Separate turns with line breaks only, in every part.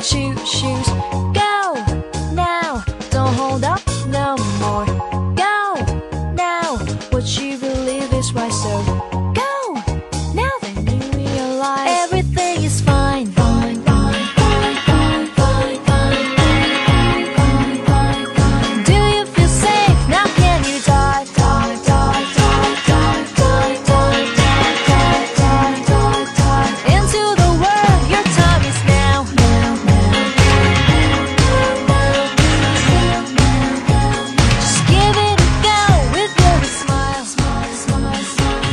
shoot, shoot. Go now, don't hold up no more. Go now, what you believe is right, so go now. Then you realize everything is fine. Fine, fine, fine, fine, fine, fine, fine, fine, fine, fine, fine. Do you feel safe? Now can you die, die, die, die, die, die, die, die, die, die, die, die? Into the world, your time is now, now, now, now, now, now, now, now, now. Just give it a go with your smile, smile, smile, smile, smile, smile,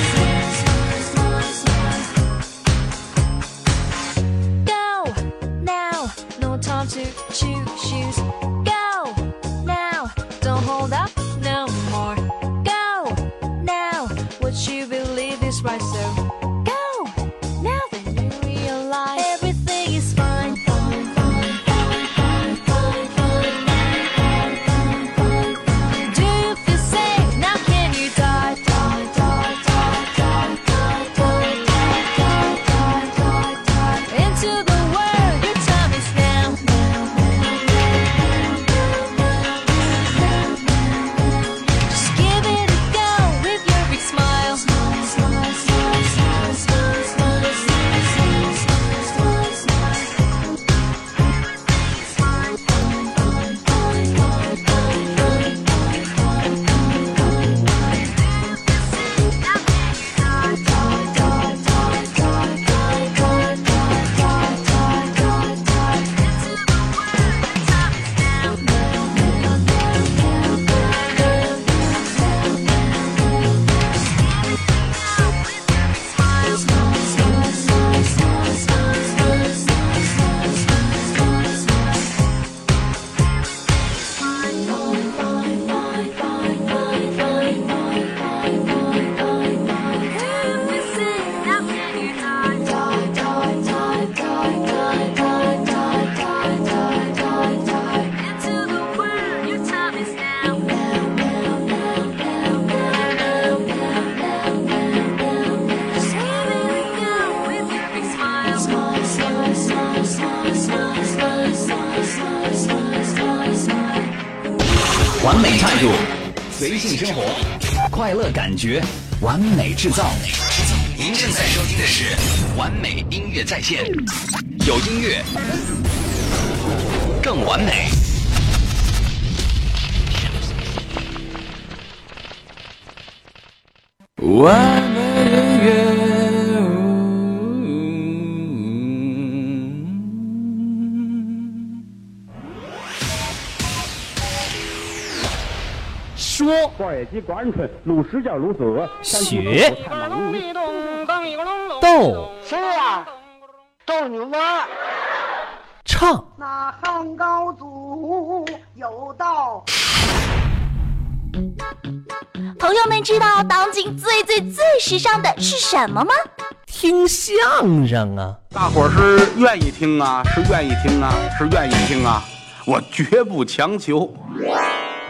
smile, smile, smile, smile, smile. Go now, no time to choose. shoes. Go now, don't hold up no more. Go now, what you believe is right, so go now. Then you realize everything is fine. Fine, fine, fine, fine, fine, fine, fine, fine, fine, fine. Do you feel safe now? Can you die, die, die, die, die, die, die, die, die, die, die, die? Into the world, your time is now, now, now, now, now, now, now, now, now, now. Just give it a go with your big smile. Smile, smile, smile, smile, smile, smile, smile, smile, smile, smile, smile. Smile, smile, smile, smile, smile, smile, smile, smile, smile, smile, smile.
完美态度，随性生活，快乐感觉，完美制造。您正在收听的是《完美音乐在线》，有音乐更完美。
完美音乐。嗯说
瓜野鸡、瓜鹌鹑、卤石叫卤子鹅、山猪
学
豆腐菜马鹿
逗
谁呀、逗你玩儿。
唱
那汉高祖有道，
朋友们知道当今最最最时尚的是什么吗？
听相声啊，
大伙儿是愿意听啊，是愿意听啊，是愿意听啊，我绝不强求。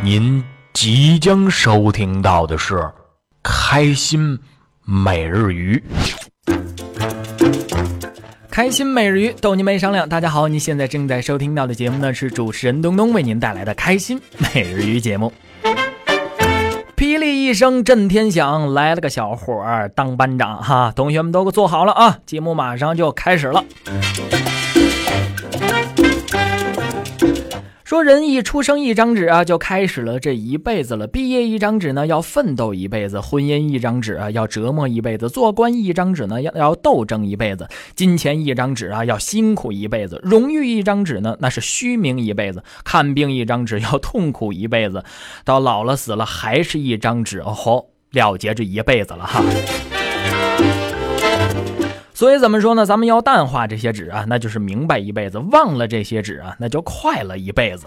您即将收听到的是《开心每日鱼
开心每日鱼逗您没商量。大家好，您现在正在收听到的节目呢是主持人东东为您带来的开心每日鱼节目。霹雳一声震天响，来了个小伙儿当班长哈！同学们都坐好了啊，节目马上就开始了。说人一出生一张纸啊，就开始了这一辈子了。毕业一张纸呢，啊要奋斗一辈子；婚姻一张纸啊，要折磨一辈子；做官一张纸啊呢，要要斗争一辈子；金钱一张纸啊，要辛苦一辈子；荣誉一张纸呢，那是虚名一辈子；看病一张纸要痛苦一辈子；到老了死了还是一张纸，哦吼，了结这一辈子了哈。所以怎么说呢？咱们要淡化这些纸啊，那就是明白一辈子；忘了这些纸啊，那就快乐一辈子。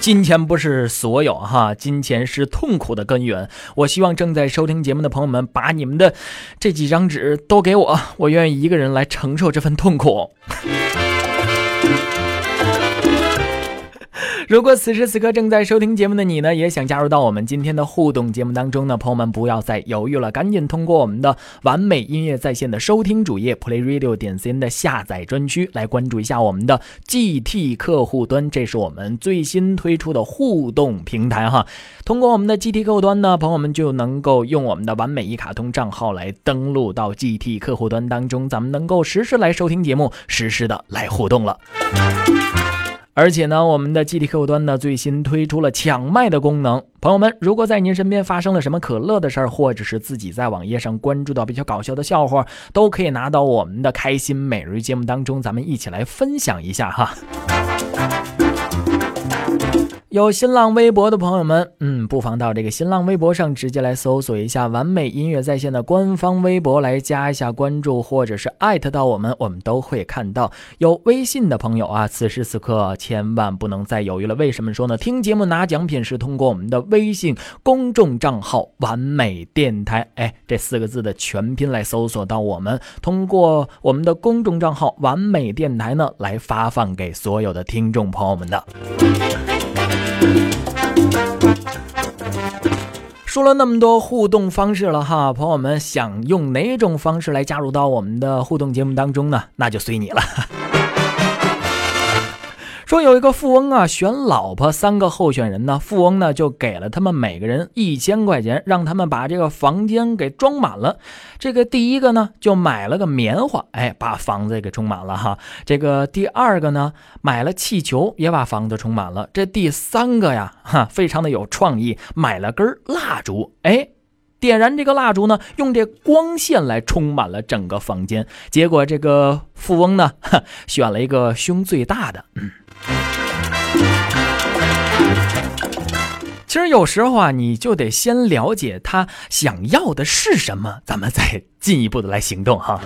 金钱不是所有哈，金钱是痛苦的根源。我希望正在收听节目的朋友们，把你们的这几张纸都给我，我愿意一个人来承受这份痛苦。如果此时此刻正在收听节目的你呢，也想加入到我们今天的互动节目当中呢，朋友们不要再犹豫了，赶紧通过我们的完美音乐在线的收听主页 playradio 点 cn 的下载专区来关注一下我们的 GT 客户端，这是我们最新推出的互动平台哈。通过我们的 GT 客户端呢，朋友们就能够用我们的完美一卡通账号来登录到 GT 客户端当中，咱们能够实时来收听节目，实时的来互动了。而且呢，我们的 GT 客户端呢最新推出了抢麦的功能。朋友们，如果在您身边发生了什么可乐的事儿，或者是自己在网页上关注到比较搞笑的笑话，都可以拿到我们的开心每日节目当中，咱们一起来分享一下哈。有新浪微博的朋友们，嗯，不妨到这个新浪微博上直接来搜索一下“完美音乐在线”的官方微博来加一下关注，或者是艾特到我们，我们都会看到。有微信的朋友啊，此时此刻千万不能再犹豫了。为什么说呢？听节目拿奖品是通过我们的微信公众账号“完美电台”，哎，这四个字的全拼来搜索到我们，通过我们的公众账号“完美电台”呢，来发放给所有的听众朋友们的。说了那么多互动方式了哈，朋友们想用哪种方式来加入到我们的互动节目当中呢？那就随你了。说有一个富翁啊，选老婆三个候选人呢，富翁呢就给了他们每个人一千块钱，让他们把这个房间给装满了。这个第一个呢就买了个棉花，哎，把房子给充满了哈。这个第二个呢买了气球，也把房子充满了。这第三个呀，哈，非常的有创意，买了根蜡烛，哎。点燃这个蜡烛呢，用这光线来充满了整个房间。结果这个富翁呢，哈选了一个胸最大的，其实有时候啊，你就得先了解他想要的是什么，咱们再进一步的来行动哈。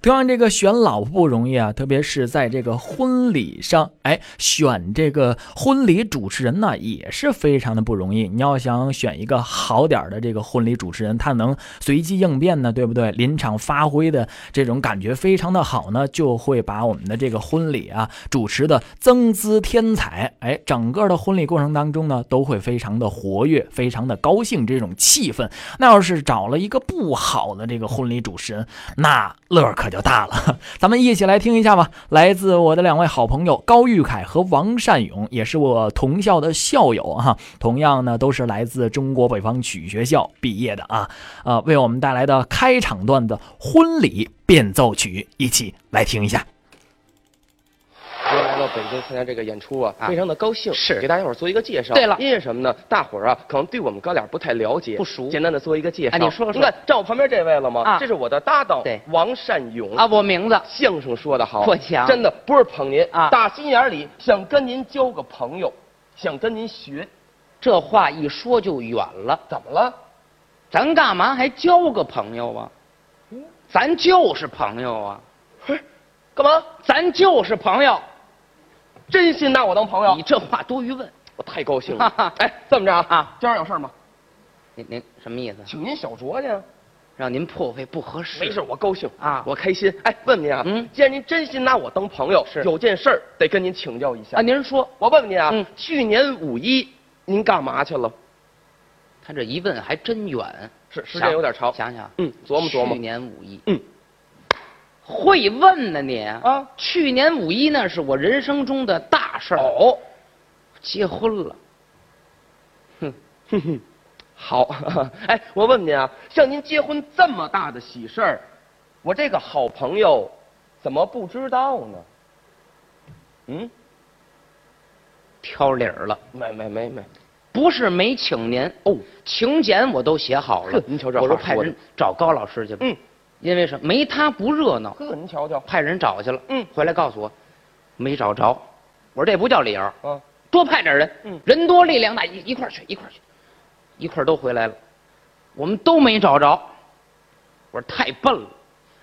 同样，这个选老婆不容易啊，特别是在这个婚礼上，哎，选这个婚礼主持人呢也是非常的不容易。你要想选一个好点儿的这个婚礼主持人，他能随机应变呢，对不对？临场发挥的这种感觉非常的好呢，就会把我们的这个婚礼啊主持的增姿添彩。哎，整个的婚礼过程当中呢，都会非常的活跃，非常的高兴，这种气氛。那要是找了一个不好的这个婚礼主持人，那乐儿可就大了。 咱们一起来听一下吧，来自我的两位好朋友高玉凯和王善勇，也是我同校的校友啊，同样呢都是来自中国北方曲艺学校毕业的啊，呃，为我们带来的开场段的婚礼变奏曲，一起来听一下。
又来到北京参加这个演出啊，
啊
非常的高兴，
是
给大家伙儿做一个介绍。
对了
因为什么呢？大伙儿啊，可能对我们哥俩不太了解，
不熟
简单的做一个介绍。
哎你说说
你看站我旁边这位了吗？
啊
这是我的搭档，
对
王善勇
啊，。我名字
相声说得好，
我强
真的不是捧您
啊
打心眼儿里想跟您交个朋友，想跟您学，
这话一说就远了，
怎么了？
咱干嘛还交个朋友啊？咱就是朋友啊，
干嘛？
咱就是朋友。
真心拿我当朋友？
你这话多余问，
我太高兴了。哎，这么着啊
啊，
今儿有事儿吗？
您您什么意思？
请您小酌去啊。
让您破费不合适。
没事，，我高兴
啊
我开心。哎，问问您啊，
嗯
既然您真心拿我当朋友，
是
有件事儿得跟您请教一下
啊，您说
我问问您啊，
嗯
去年五一您干嘛去了？
他这一问还真远，
是时
想
间有点长，
想想，
嗯，琢磨琢磨
去。年五一，
嗯，
会问呢你
啊
去年五一那是我人生中的大事儿，
哦，
结婚了。
哼哼，好。 哎，我问问您啊，像您结婚这么大的喜事儿，我这个好朋友怎么不知道呢？嗯，
挑理儿了，
没没没没，
不是没请您哦，请柬我都写好了
呵。您瞧这话
我说派
说的
人找高老师去吧。
嗯，
因为什么？没他不热闹，
哥，您瞧瞧，
派人找去了。
嗯
回来告诉我，没找着。我说这不叫理由，
啊，
多派点人，
嗯
人多力量大，一一块儿去，一块儿去，一块儿都回来了，我们都没找着。我说太笨了，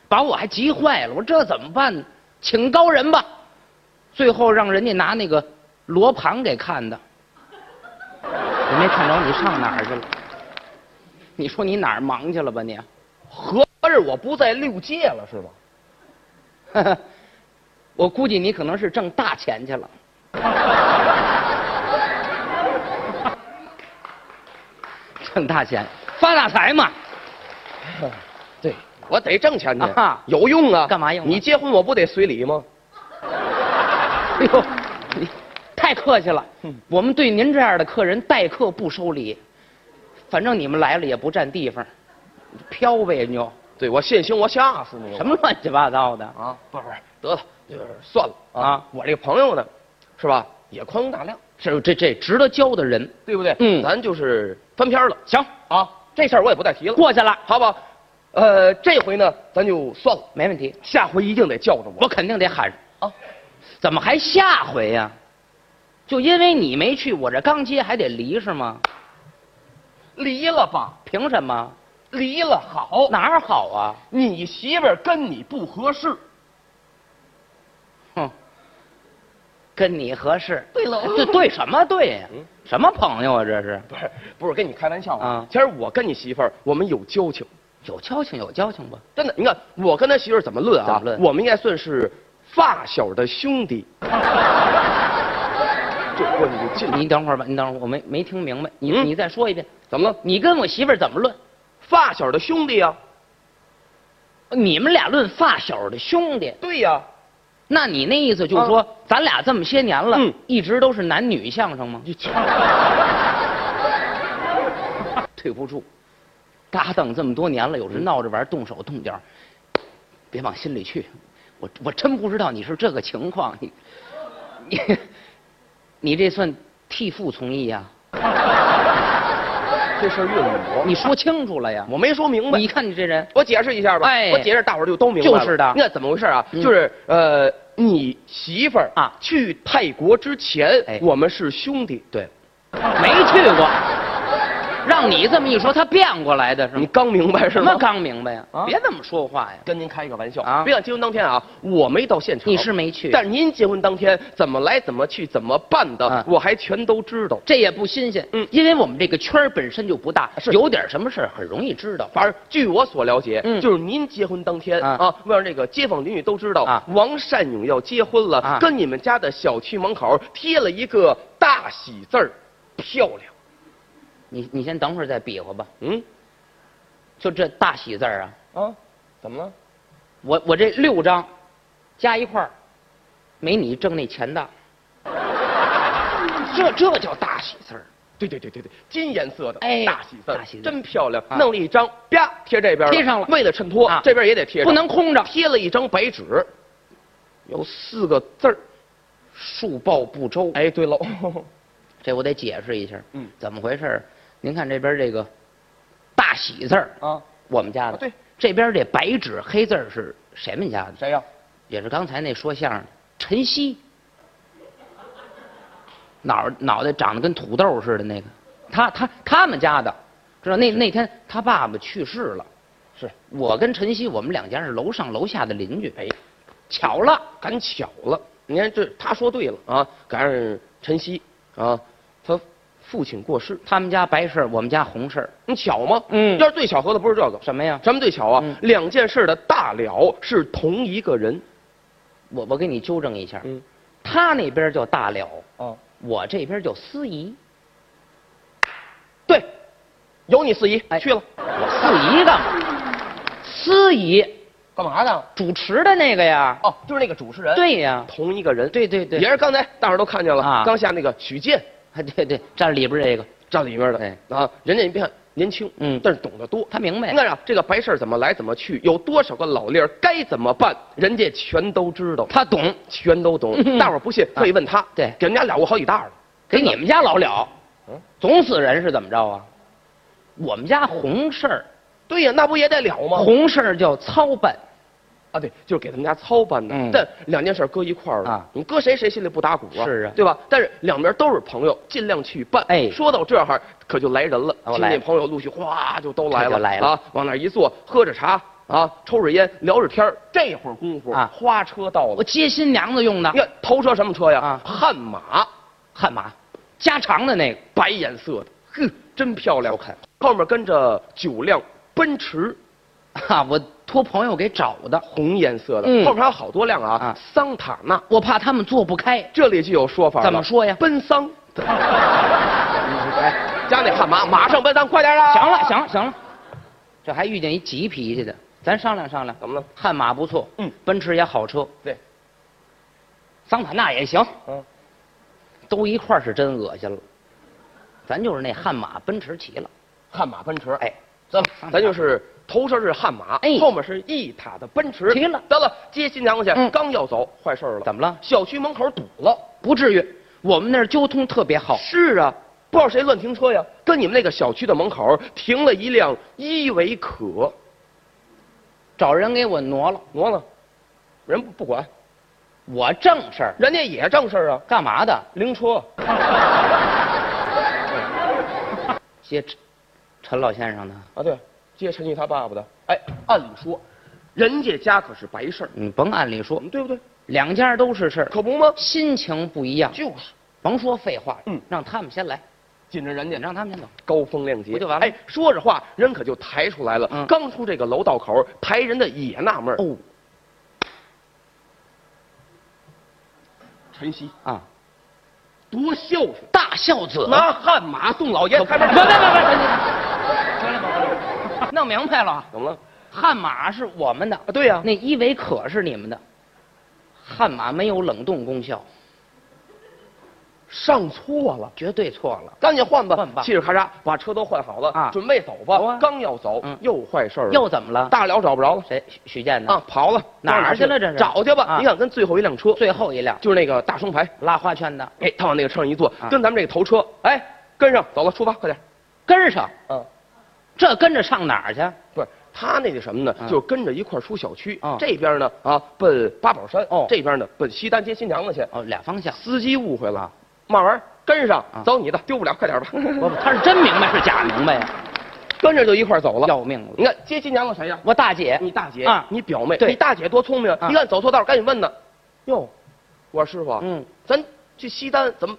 把我还急坏了。我说这怎么办呢？请高人吧。最后让人家拿那个罗盘给看的，我没看着你上哪儿去了。你说你哪儿忙去了吧你？
合着我不在六 界了是吧？
我估计你可能是挣大钱去了。 挣大钱，发大财嘛。对，
我得挣钱去
啊，
有用啊！
干嘛用啊
你结婚我不得随礼吗？
哎呦，你太客气了。我们对您这样的客人待客不收礼，反正你们来了也不占地方，飘呗你就
对我现行，我吓死你！
什么乱七八糟的
啊？不是，得了，就是算了
啊
我这个朋友呢，是吧？也宽容大量，
这这这值得交的人
对不对？
嗯
咱就是翻篇了
行
啊，这事儿我也不再提了，
过去了，
好不好？呃，这回呢，咱就算了，
没问题，
下回一定得叫着我。
我肯定得喊
啊，
怎么还下回呀、就因为你没去，我这刚接还得离是吗？
离了吧，
凭什么？
离了好。
哪儿好啊？
你媳妇儿跟你不合适。
哼，跟你合适。
对喽
这对什么对呀、
嗯
什么朋友啊？这是
不是， 不是跟你开玩笑
啊
其实我跟你媳妇儿，我们有交情，
有交情有交情吧？
真的。你看我跟他媳妇儿怎么论啊？
怎么论
我们应该算是发小的兄弟。 这过你就进去，
你等会儿吧，你等会儿，我没没听明白。你、
嗯
你再说一遍，
怎么了？
你跟我媳妇儿怎么论？
发小的兄弟啊？
你们俩论发小的兄弟，
对呀、
那你那意思就是说，咱俩这么些年了，
啊嗯
一直都是男女相声吗？
你这
对不住，搭档这么多年了，有时闹着玩儿，动手动脚儿，别往心里去。我我真不知道你是这个情况，你你你这算替父从艺呀、
这事儿越我，
你说清楚了呀！
我没说明白
你。看你这人，
我解释一下吧，
哎
我解释，大伙儿就都明白了。
就是的
那怎么回事啊？
嗯
就是呃，你媳妇儿
啊
去泰国之前，
哎
我们是兄弟。对，
没去过，让你这么一说，他变过来的是
你
吗？
刚明白是
什
吗？
么刚明白呀、
啊
别这么说话呀！
跟您开一个玩笑
啊
别看结婚当天啊，我没到现场，啊
你是没去，
但是您结婚当天怎么来、怎么去、怎么办的，
啊
我还全都知道。
这也不新鲜，
嗯啊
因为我们这个圈儿本身就不大，
是
有点什么事儿很容易知道。
反正据我所了解，
嗯
就是您结婚当天
啊
啊，为让这个街坊邻居都知道，
啊
王善勇要结婚了，
啊
跟你们家的小区门口贴了一个大喜字儿，漂亮。
你你先等会儿再比划吧，
嗯
就这大喜字儿啊，
啊，怎么了？
我我这六张，加一块儿，没你挣那 钱大。这这叫大喜字儿，
对对对对对，金颜色的，
哎
大喜字儿，
大喜字儿
真漂亮。
啊
弄了一张，啪贴这边
贴上了
为了衬托，
啊
这边也得贴上，
不能空着。
贴了一张白纸，有四个字儿。
树报不周，
哎，对喽，
这我得解释一下。
嗯
怎么回事儿？您看这边这个大喜字儿，
啊，
我们家的。
啊对，
这边这白纸黑字儿是谁们家的？
谁呀、
也是刚才那说相声的陈曦，脑脑袋长得跟土豆似的那个，他他他们家的，知道那那天他爸爸去世了，
是
我跟陈曦我们两家是楼上楼下的邻居，哎，巧了，
赶巧了，你看这他说对了啊，赶上晨曦啊，他父亲过世，
他们家白事儿我们家红事儿
你巧吗？
嗯
要是最巧合的不是这个，
什么呀？
什么最巧啊？
嗯
两件事的大了是同一个人。
我我给你纠正一下，
嗯，
他那边叫大了，
啊，
我这边叫司仪，
对，有你四姨、
哎
去了，
我司仪干嘛？司仪
干嘛呢？
主持的那个呀，
哦，就是那个主持人，，
对呀。
同一个人，
对对对
也是刚才大伙儿都看见了，
啊
刚下那个许健
啊，对对，站里边这个，
站里面的，
哎
啊，人家你别看年轻，
嗯
但是懂得多，
他明白
你。看啊，这个白事儿怎么来，怎么去，有多少个老例儿，该怎么办，人家全都知道，
他懂，
全都懂。
嗯啊
大伙儿不信，可以问他。
对
给人家了过好几袋儿了。
给你们家老了，
嗯
总死人是怎么着啊？我们家红事儿，
对呀，那不也得了吗？
红事儿叫操办，
啊，对，就是给他们家操办的。
嗯
但两件事儿搁一块儿了，
啊
你搁谁谁心里不打鼓啊？
是啊
对吧？但是两边都是朋友，尽量去办。
哎
说到这儿可就来人了，
哦
亲
来
戚
了
朋友陆续哗就都来
这
了，
就来了
啊，往那儿一坐，喝着茶啊，抽着烟，聊着天儿这会儿功夫
啊
花车到了
我。接新娘子用的
你看头车什么车呀？
啊
悍马，
悍马，加长的那个，
白颜色的，哼，真漂亮。看后面跟着九辆奔驰，
哈、啊我托朋友给找的，
红颜色的，
嗯
后面还有好多辆啊。
啊
桑塔纳，
我怕他们坐不开。
这里就有说法了
怎么说呀
奔桑，
哎，
家里干嘛？马上奔，咱快点啊啦！
行了，行了，行了，这还遇见一急脾气的，咱商量商量。
怎么了？
悍马不错，
嗯，
奔驰也好车，
对，
桑塔纳也行，
嗯，
都一块儿是真恶心了。咱就是那悍马、奔驰齐了，
悍马奔驰，
哎，
咱
桑塔
咱
纳
就是头上是悍马，
哎
后面是一塔的奔驰。
齐了
得了，接新娘子去。
嗯
刚要走，坏事儿了。
怎么了？
小区门口堵了。
不至于。我们那儿交通特别好，
是啊，不知道谁乱停车呀，跟你们那个小区的门口停了一辆依维柯，
找人给我挪了，
挪了，人不不管，
我正事儿，
人家也正事儿啊，
干嘛的？
灵车。
接陈陈老先生的，
啊，对，接陈毅他爸爸的。哎，按理说，人家家可是白事儿，
你甭按理说，
嗯对不对？
两家都是事儿，
可不吗？
心情不一样，
就是，
甭说废话，
嗯
让他们先来，
紧着人
你
家
让他们先走。
高风亮节，
不就完了
哎，说着话，人可就抬出来了。
嗯
刚出这个楼道口，抬人的也纳闷儿
哦
晨曦
啊，
多孝顺，
大孝子，
拿悍马送老爷
不
子
不不
开
不
门。
不，不不不弄明白了，啊
怎么了？
悍马是我们的，
啊，对呀、
那依维可是你们的，悍马没有冷冻功效，
上错了。
绝对错了。
赶紧换吧，
换吧
嘁哩咔嚓把车都换好了
啊
准备走吧。
走啊
刚要走，
嗯
又坏事儿了，
又怎么了？
大了找不着了
谁？许许健呢？
啊，跑了
哪儿去了这是
找去吧，
啊
你看跟最后一辆车，
最后一辆
就是那个大双排，
拉花圈的
哎，他往那个车上一坐，
啊
跟咱们这个头车，哎，跟上，走了，出发，快点。
跟上，
嗯，
这跟着上哪儿去？
不是他那个什么呢，
嗯
就是跟着一块儿出小区
哦，
这边呢啊奔八宝山
哦，
这边呢奔西单接新娘子去。
哦，俩方向。
司机误会了，嘛玩意儿？跟上
啊，
走你的，丢不了，快 点吧。
不不，他是真明白是假明白啊呀？
跟着就一块儿走了。
要命了！
你看接新娘子谁呀？
我大姐，
你大姐
啊
你表妹，
对
你大姐多聪明啊！
啊
一看走错道，赶紧问呢。哟，我说师傅啊，
嗯，
咱去西单怎么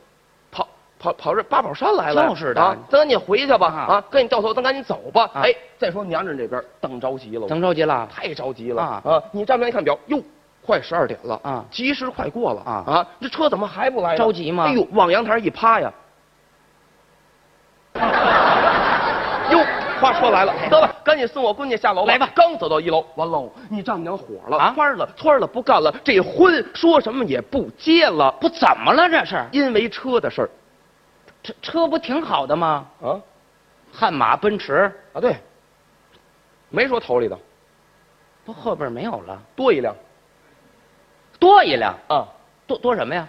跑跑跑这八宝山来了呀？
就是的
啊咱赶紧回去吧
啊
啊！跟你掉头，咱赶紧走吧。
啊
哎，再说娘家这边等着急了，
等着急了，
太着急了
啊
啊！你站不站一看表，哟。快十二点了
啊
吉时快过了
啊
啊！这车怎么还不来呢？
着急吗
哎呦，往阳台一趴呀，哟，话说来了，得了，赶紧送我闺女下楼吧。
哎来吧
刚走到一楼，完喽，你丈母娘火了，
啊
啊，翻了，窜了，不干了，这婚说什么也不结了，
不怎么了这是？
因为车的事儿
这车不挺好的吗？
啊
悍马、奔驰，
啊，对，没说头里的，
不后边没有了，
多一辆
多一辆，
啊，
多多什么呀？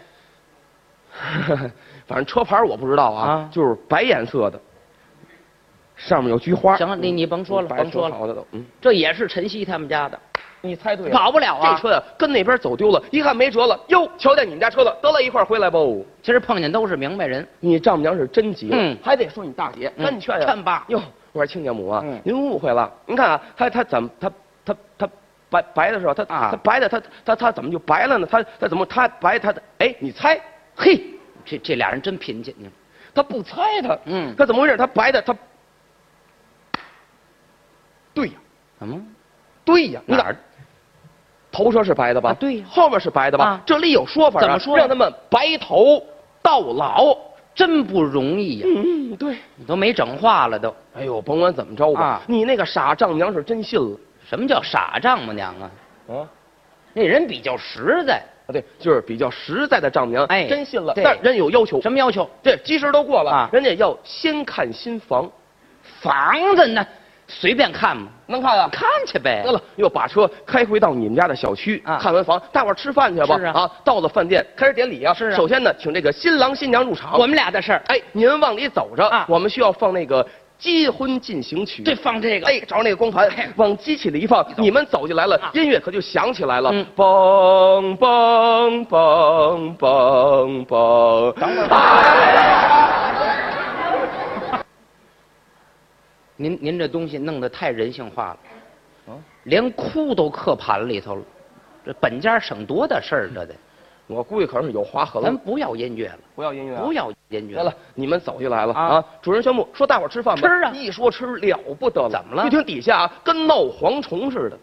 反正车牌我不知道啊，
啊
就是白颜色的，上面有菊花。
行了，你你甭说了，
白
甭说
车好
了，
的都，嗯，
这也是晨曦他们家的，
你猜对
跑不了啊。
这车呀，跟那边走丢了，一看没辙了，哟，瞧见你们家车了，得了一块儿回来吧。
今儿碰见都是明白人，
你丈母娘是真急了，
嗯
还得说你大姐，
嗯
赶紧劝呀、
劝吧
哟，我说亲家母啊，
嗯
您误会了。您看啊，他他怎么他他他白白的时候，他、
啊
他白的他他他怎么就白了呢？他他怎么他白他哎，你猜，
嘿，这这俩人真贫气，你
他不猜他，
嗯
他怎么回事？他白的他，对呀、
怎么？
对呀、你
哪
哪
儿
儿？头车是白的吧？
啊对呀
后面是白的吧？
啊
这里有说法、啊，
怎么说呀
让他们白头到老。
真不容易呀、
嗯，对。
你都没整话了都。
哎呦，甭管怎么着吧，哦
啊
你那个傻丈母娘是真信了。
什么叫傻丈母娘啊？
啊
那人比较实在，
啊，对，就是比较实在的丈母娘，
哎
真信了。
对
但是人有要求，
什么要求？
这鸡时都过了，
啊
人家要先看新房，
房子呢？随便看嘛，
能看啊。
看去呗
得。了，又把车开回到你们家的小区，
啊
看完房，大伙儿吃饭去吧。
是啊
到了饭店开始典礼啊。
是啊
首先呢，请这个新郎新娘入场。
我们俩的事儿，
哎，您往里走着
啊
我们需要放那个结婚进行曲。
对，放这个。
哎，找那个光盘
哎，
往机器里一放，你们走进来了
啊，
音乐可就响起来了
嗯，
梆梆梆梆梆。等会
啊您您这东西弄得太人性化了，
哦
连哭都刻盘里头了，这本家省多大事儿这得，
嗯我估计可能是有划痕
咱
了。
不要音乐了，
不要音乐
不要音乐
啊得了
了，，
你们走进来了
啊
啊！主人宣布说：“大伙儿吃饭吧。”
吃啊
一说吃了不得了，
怎么了
一听底下啊跟闹蝗虫似的，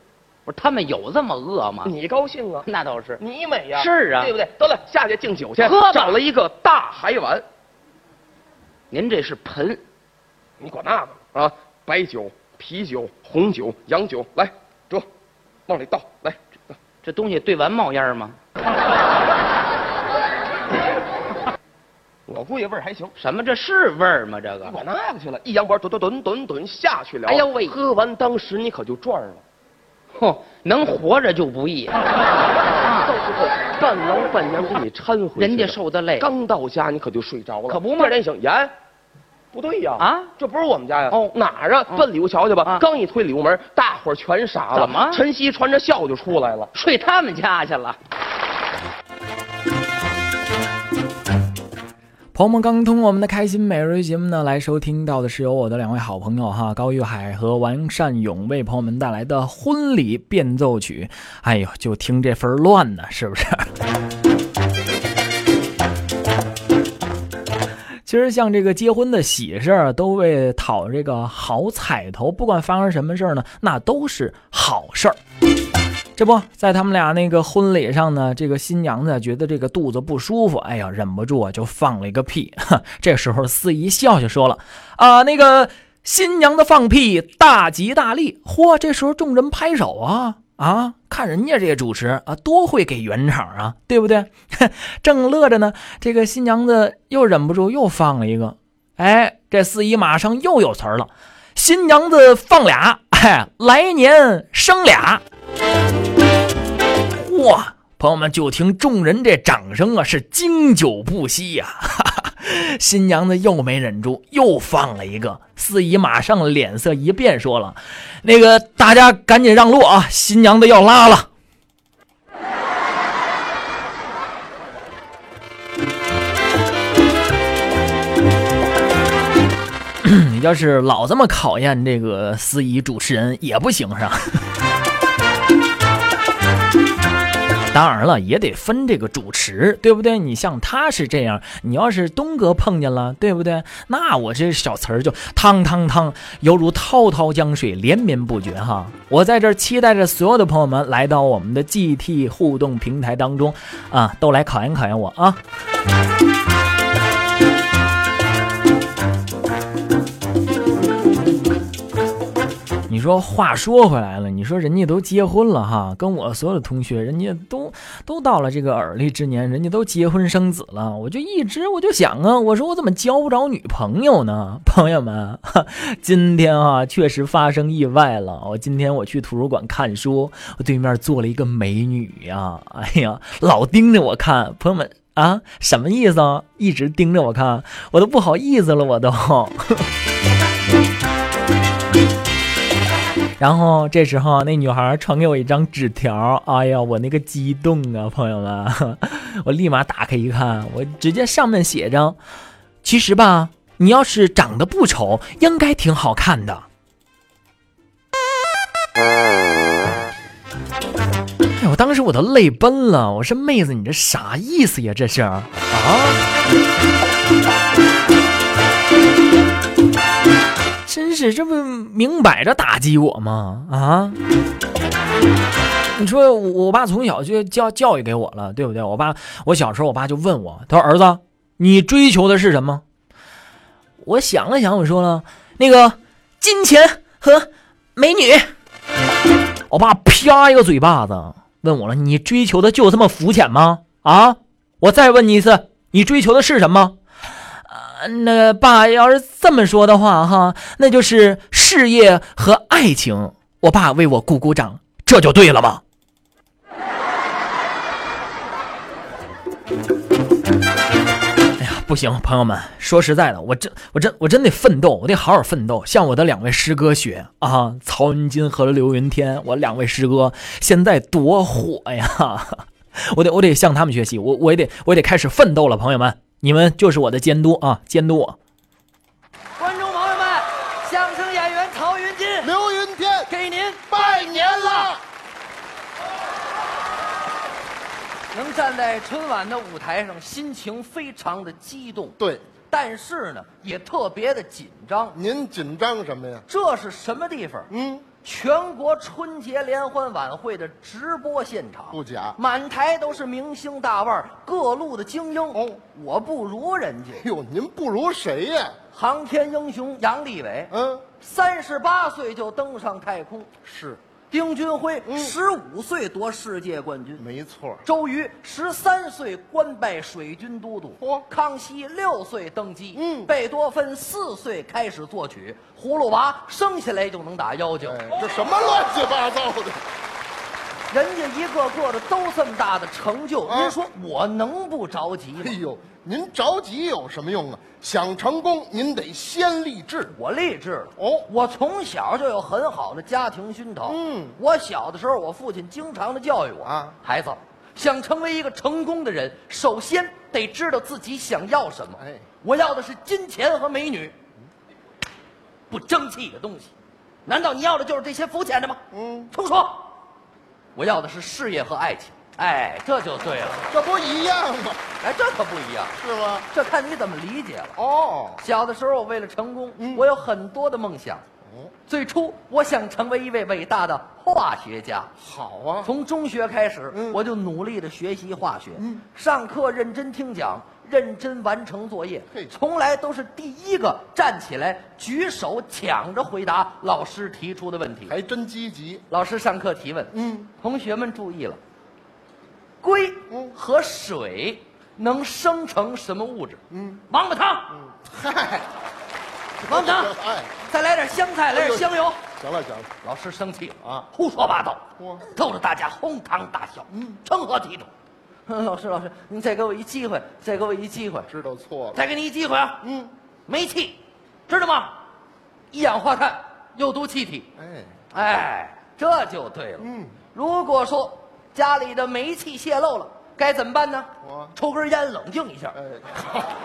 不是他们有这么饿吗？
你高兴啊？
那倒是，
你美呀？
是啊
对不对？得了，下去敬酒去
喝吧，
找了一个大海碗，
您这是盆，
你管那个啊？白酒、啤酒、红酒、洋酒，来，折，往里倒，来，
这东西兑完冒烟儿吗？
我估计味儿还行。
什么？这是味儿吗？这
你
个
管那个去了，一扬管，蹲蹲蹲蹲蹲下去了。
哎呦喂
喝完当时你可就赚了，
哼，能活着就不易，啊
到时候伴郎伴娘给你搀回去的。
人家受的累。
刚到家你可就睡着了，
哎可不嘛
第二天醒，呀，哎不对呀，
啊
这不是我们家呀，
哦
哪儿啊？
嗯
奔里屋瞧瞧吧
啊。
刚一推里屋门，大伙儿全傻了。
怎么
晨曦穿着孝就出来了。
睡他们家去了，
朋友们，刚通过我们的开心每日一节目呢，来收听到的是由我的两位好朋友哈高玉海和王善勇为朋友们带来的婚礼变奏曲。哎呦，就听这份儿乱呢，是不是？其实像这个结婚的喜事儿，都为讨这个好彩头，不管发生什么事儿呢，那都是好事儿。这不在他们俩那个婚礼上呢，这个新娘子觉得这个肚子不舒服，哎呀，忍不住啊就放了一个屁。 哼这时候司仪笑笑说了：“啊、那个新娘子放屁大吉大利。”嚯，这时候众人拍手啊啊！看人家这个主持啊，多会给圆场啊，对不对？ 正乐着呢，这个新娘子又忍不住又放了一个。哎，这司仪马上又有词儿了：“新娘子放俩，哎，来年生俩。”哇！朋友们，就听众人这掌声啊，是经久不息呀、 哈哈，新娘子又没忍住，又放了一个。司仪马上脸色一变，说了：“那个大家赶紧让路啊，新娘子要拉了。” 你要是老这么考验这个司仪主持人也不行是吧？当然了，也得分这个主持，对不对？你像他是这样，你要是东哥碰见了，对不对？那我这小词儿就汤汤汤，犹如滔滔江水，连绵不绝哈。我在这儿期待着所有的朋友们来到我们的 GT 互动平台当中啊，都来考验考验我啊。你说话说回来了，你说人家都结婚了哈，跟我所有的同学，人家都都到了这个耳立之年，人家都结婚生子了，我就一直我就想啊，我说我怎么交不着女朋友呢？朋友们，哈今天啊确实发生意外了，我今天我去图书馆看书，我对面坐了一个美女呀、哎呀，老盯着我看，朋友们啊，什么意思啊？一直盯着我看，我都不好意思了，我都。然后这时候那女孩传给我一张纸条，哎呀，我那个激动啊，朋友们， 我立马打开一看，我直接上面写着：“其实吧，你要是长得不丑，应该挺好看的。”哎，我当时我都泪奔了，我说妹子，你这啥意思呀？这是啊？真是，这不明摆着打击我吗？啊！你说我我爸从小就教教育给我了，对不对？我爸，我小时候我爸就问我，他说：“儿子，你追求的是什么？”我想了想，我说了，那个金钱和美女。我爸啪一个嘴巴子问我了：“你追求的就这么肤浅吗？啊！我再问你一次，你追求的是什么？”那爸要是这么说的话，哈，那就是事业和爱情。我爸为我鼓鼓掌，这就对了吧？哎呀，不行，朋友们，说实在的，我真我真我真得奋斗，我得好好奋斗，向我的两位师哥学啊，曹云金和刘云天，我两位师哥现在多火呀！ 我得我得向他们学习，我我也得我也得开始奋斗了，朋友们，你们就是我的监督啊，监督我。
观众朋友们，相声演员曹云金、刘云天给您拜年了！能站在春晚的舞台上，心情非常的激动，
对，
但是呢，也特别的紧张。
您紧张什么呀？
这是什么地方？
嗯，
全国春节联欢晚会的直播现场，
不假
满台都是明星大腕儿，各路的精英。哦，我不如人家。
哟，哎您不如谁呀？
航天英雄杨利伟，嗯，三十八岁就登上太空。
是，
丁俊晖十五岁夺世界冠军，
没错。
周瑜十三岁官拜水军都督，康熙六岁登基，嗯，贝多芬四岁开始作曲，葫芦娃生下来就能打妖精，
哎这什么乱七八糟的？
人家一个个的都这么大的成就，您说我能不着急吗？
啊哎呦，您着急有什么用啊？想成功，您得先立志。
我立志了哦，我从小就有很好的家庭熏陶。嗯，我小的时候，我父亲经常的教育我啊，孩子，想成为一个成功的人，首先得知道自己想要什么。哎，我要的是金钱和美女，不争气的东西。难道你要的就是这些肤浅的吗？嗯，重说，我要的是事业和爱情。哎，这就对了。
这不一样吗？
哎，这可不一样，
是吗？
这看你怎么理解了。哦，小的时候我为了成功，
嗯
我有很多的梦想。
哦
最初我想成为一位伟大的化学家。
好啊，
从中学开始，我就努力的学习化学，
嗯
上课认真听讲，认真完成作业，从来都是第一个站起来举手抢着回答老师提出的问题，
还真积极。嗯
老师上课提问，同学们注意了。硅
嗯
和水能生成什么物质？嗯，王八汤。
嗯嗨，
王八汤。
哎，
再来点香菜，来点香油。
行了行了，
老师生气了啊，胡说八道，逗得大家哄堂大笑，嗯，成何体统？嗯 老师老师，您再给我一机会，再给我一机会，
知道错了。
再给你一机会啊。嗯，煤气，知道吗？一氧化碳有毒气体。
哎，
哎，这就对了。嗯，如果说家里的煤气泄漏了，该怎么办呢？
我哎
抽根烟冷静一下。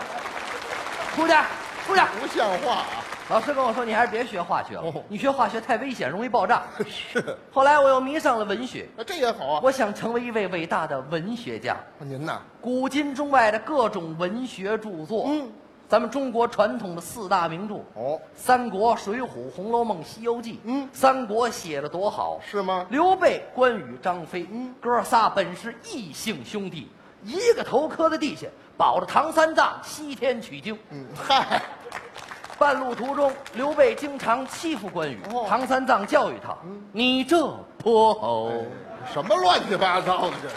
出去，出去！
不像话啊！
老师跟我说，你还是别学化学了，
哦
你学化学太危险，容易爆炸。是。后来我又迷上了文学，
那这也好啊。
我想成为一位伟大的文学家，
您呐，
古今中外的各种文学著作，嗯，咱们中国传统的四大名著，哦，《三国》《水浒》《红楼梦》《西游记》，嗯，《三国》写的多好，
是吗？
刘备、关羽、张飞，哥仨本是异姓兄弟，一个头磕在地下，保着唐三藏西天取经。
嗯，嗨，
半路途中，刘备经常欺负关羽，
哦
唐三藏教育他：“你这泼猴。
嗯什么乱七八糟的这是？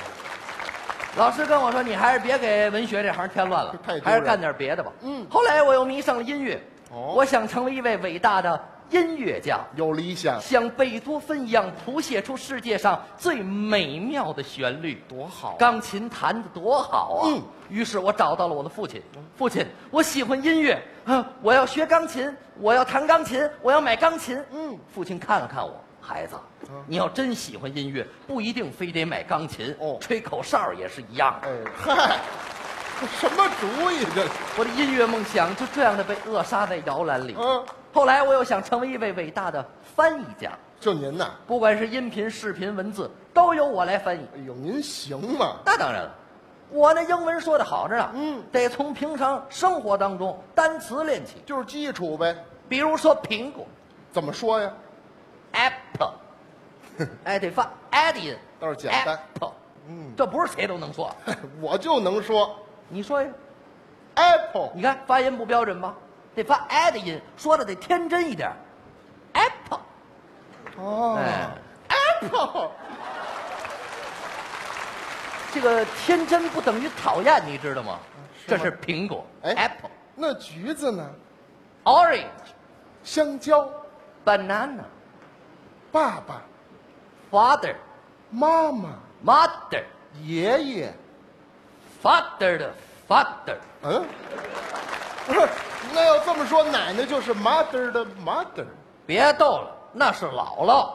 老师跟我说：“你还是别给文学这行添乱了
太丢，人
还是干点别的吧。”嗯。后来我又迷上了音乐，
哦
我想成为一位伟大的音乐家，
有理想，
像贝多芬一样谱写出世界上最美妙的旋律。
多好啊！嗯
钢琴弹得多好啊！于是我找到了我的父亲。父亲，我喜欢音乐，啊，我要学钢琴，我要弹钢琴，我要买钢琴。嗯，父亲看了看我，孩子，
嗯
你要真喜欢音乐，不一定非得买钢琴。哦，吹口哨也是一样的。
哎，嗨，什么主意这是？
我的音乐梦想就这样的被扼杀在摇篮里。
嗯，
后来我又想成为一位伟大的翻译家，
就您呐，
不管是音频、视频、文字，都由我来翻译。
哎呦，您行吗？
那当然了，我那英文说的好着呢，嗯，得从平常生活当中单词练起，
就是基础呗。
比如说苹果
怎么说呀？
（apple），哎， 得发 a d d i n
倒是简单
apple，嗯，这不是谁都能说。
我就能说
你说呀，
apple，
你看发音不标准吧？得发 a 的音，说的得天真一点。apple，
哦
哎，
，apple，
这个天真不等于讨厌，你知道吗？
是
这
吗
是苹果
哎
，apple、
那橘子呢？
orange、
香蕉，
banana、
爸爸，
father、
妈妈，
mother、
爷爷，
father 的 father。
嗯，不是，那要这么说，奶奶就是 mother 的 mother，
别逗了，那是姥姥。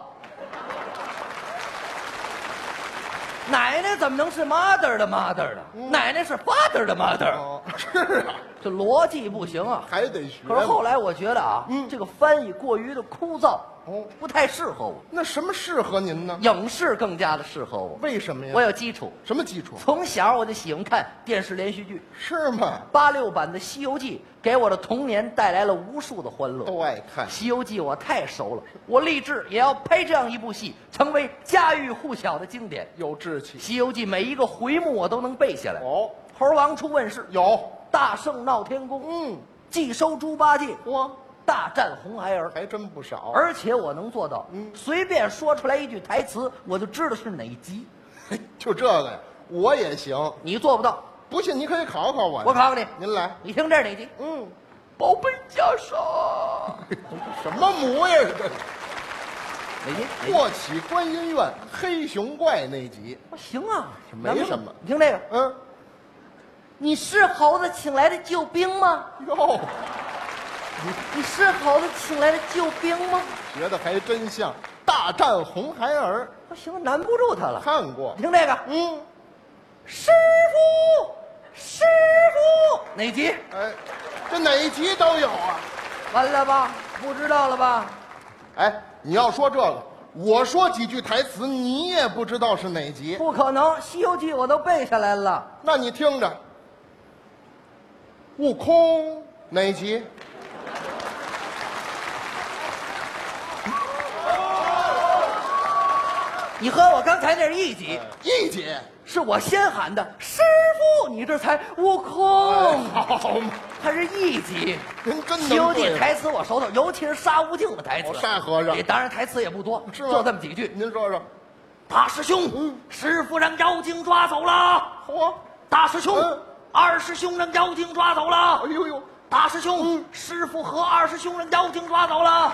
奶奶怎么能是 mother 的 mother 呢？
嗯
奶奶是 father 的 mother，、
哦，是啊，
这逻辑不行啊。
还得学。
可是后来我觉得啊，这个翻译过于的枯燥，
嗯哦，
不太适合我。
那什么适合您呢？
影视更加的适合我。
为什么呀？
我有基础。
什么基础？
从小我就喜欢看电视连续剧，
是吗？
八六版的《西游记》给我的童年带来了无数的欢乐。
都爱看
《西游记》，我太熟了，我立志也要拍这样一部戏，成为家喻户晓的经典。
有志
《
气。
西游记》每一个回目我都能背下来。
哦，
猴王出问世，
有
大圣闹天宫，
嗯，
既收猪八戒，
哇，
大战红孩儿，
还真不少。
而且我能做到，
嗯
随便说出来一句台词，我就知道是哪集。
就这个呀，我也行。
你做不到，
不信你可以考考我呀。
我考考你
您来。
你听这是哪集？
嗯，
宝贝袈裟，
什么模样？这
哪集？
霍启观音院黑熊怪那集，
我行啊，
没什么
咱们你听这个，
嗯，
你是猴子请来的救兵吗？
哟，
你是猴子请来的救兵吗？
学的还真像。大战红孩儿，
我行，难不住他了。
看过
你。听这个，
嗯，
师傅，师傅，哪集？
哎，这哪一集都有啊。
完了吧？不知道了吧？
哎，你要说这个，我说几句台词，你也不知道是哪集。
不可能，《西游记》我都背下来了。
那你听着，悟空哪集？
你和我刚才那是一集，
一集。
是我先喊的师傅，你这才悟
哎
空，
好嘛，
它是一集。
您真
《
能
西游记
对》了
台词我熟透，尤其是沙悟净的台词。
哦沙和尚
也当然台词也不多，
是吗？
就这么几句。
您说说，
大师兄，师傅让妖精抓走了。
嚯，
大师兄，
嗯
二师兄让妖精抓走了。
哎呦呦，
大师兄，师傅和二师兄让妖精抓走了。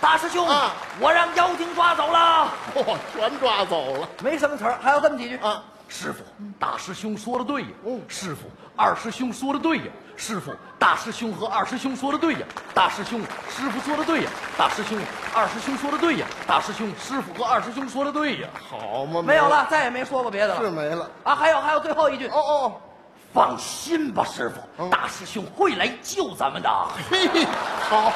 大师兄
啊，
我让妖精抓走了。
嚯，全抓走了。
没什么词儿，还有这么几句嗯
啊。
师傅，大师兄说的对呀。
嗯
师傅，二师兄说的对呀。师傅，大师兄和二师兄说的对呀。大师兄，师傅说的对呀。大师兄，二师兄说的对呀。大师兄，师傅和二师兄说的对呀。
好嘛，
没有了，再也没说过别的了。
是没了。
啊，还有还有最后一句，
哦哦，
放心吧，师傅，
嗯
大师兄会来救咱们的。啊
嘿，好，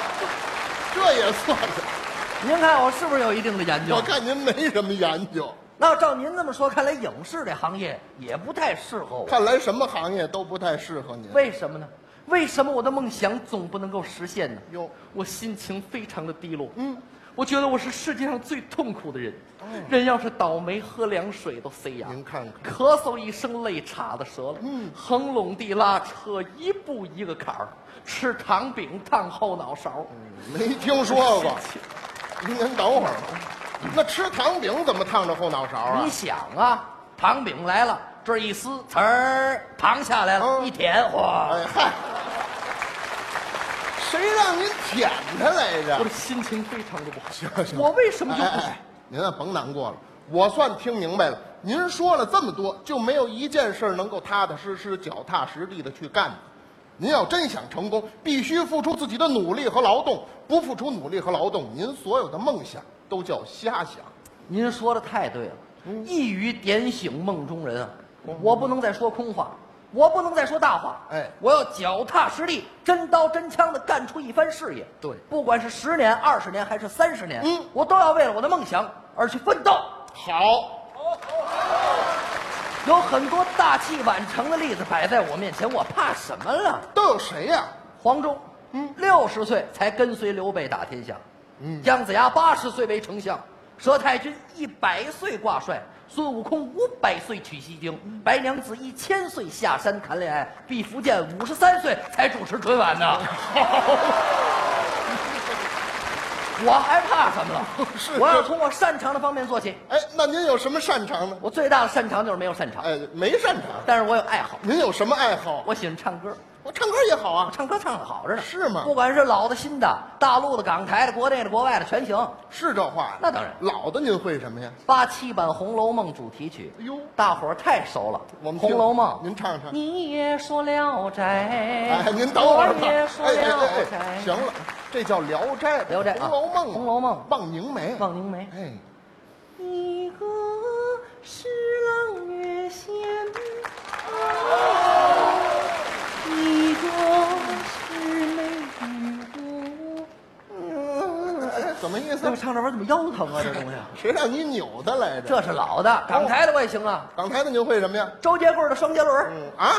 这也算是。
您看我是不是有一定的研啊
我？看您没什么研究，
那照您这么说，看来影视这行业也不太适合我。
看来什么行业都不太适合您。
为什么呢？为什么我的梦想总不能够实现呢？
哟
我心情非常的低落。
嗯，哦
我觉得我是世界上最痛苦的人。人要是倒霉，喝凉水都塞牙。
您看看
咳嗽一声，泪岔子折了。嗯，横垄地拉车，一步一个坎儿，吃糖饼烫后脑勺。
嗯没听 说过。您您等会儿吧，那吃糖饼怎么烫着后脑勺啊
你？想啊，糖饼来了，这儿一撕，呲儿，糖下来了，
嗯
一舔，哗，
哎嗨，谁让您舔它来着
我的？心情非常的不好。
行行
我为什么就不
哎哎哎您啊，甭难过了，我算听明白了。您说了这么多，就没有一件事儿能够踏踏实实、脚踏实地的去干的。您要真想成功，必须付出自己的努力和劳动。不付出努力和劳动，您所有的梦想都叫瞎想。嗯
您说的太对了，一语点醒梦中人啊！我不能再说空话，我不能再说大话，
哎
我要脚踏实地，真刀真枪的干出一番事业。
对
不管是十年、二十年还是三十年，
嗯
我都要为了我的梦想而去奋斗。
好，
有很多大器晚成的例子摆在我面前，我怕什么了？
都有谁呀、
黄忠，嗯，六十岁才跟随刘备打天下，嗯，姜子牙八十岁为丞相，佘太君一百岁挂帅，孙悟空五百岁取西经，白娘子一千岁下山谈恋爱，毕福剑五十三岁才主持春晚呢。我还怕什么了？
是
我要从我擅长的方面做起。
哎，那您有什么擅长呢？
我最大的擅长就是没有擅长，
哎，没擅长。
但是我有爱好，
您有什么爱好？
我喜欢唱歌。
我唱歌也好
我
啊。
唱歌唱的好着呢，
是吗
不管是老的、新的，大陆的、港台的、国内的、国外的，全行。
是这话呀？
那当然
老的您会什么呀？
八七版《红楼梦》主题曲，
哎呦
大伙儿太熟了。
我们听
红楼梦》，
您唱唱
你也说聊斋，
哎，您等会儿吧。
我也说
哎哎
聊
哎
斋。
哎，行了，这叫《聊斋》《
聊斋啊
红楼梦》《
红楼梦
望凝眉》。
望凝眉
哎，
一个是朗月仙，一个是美女姑。
哎，怎么意思？
个唱这玩意儿怎么腰疼啊？这东西
谁让你扭的来着？
这是老的，港台的我也行啊。
港台的您会什么呀？
周杰棍的双节轮
啊，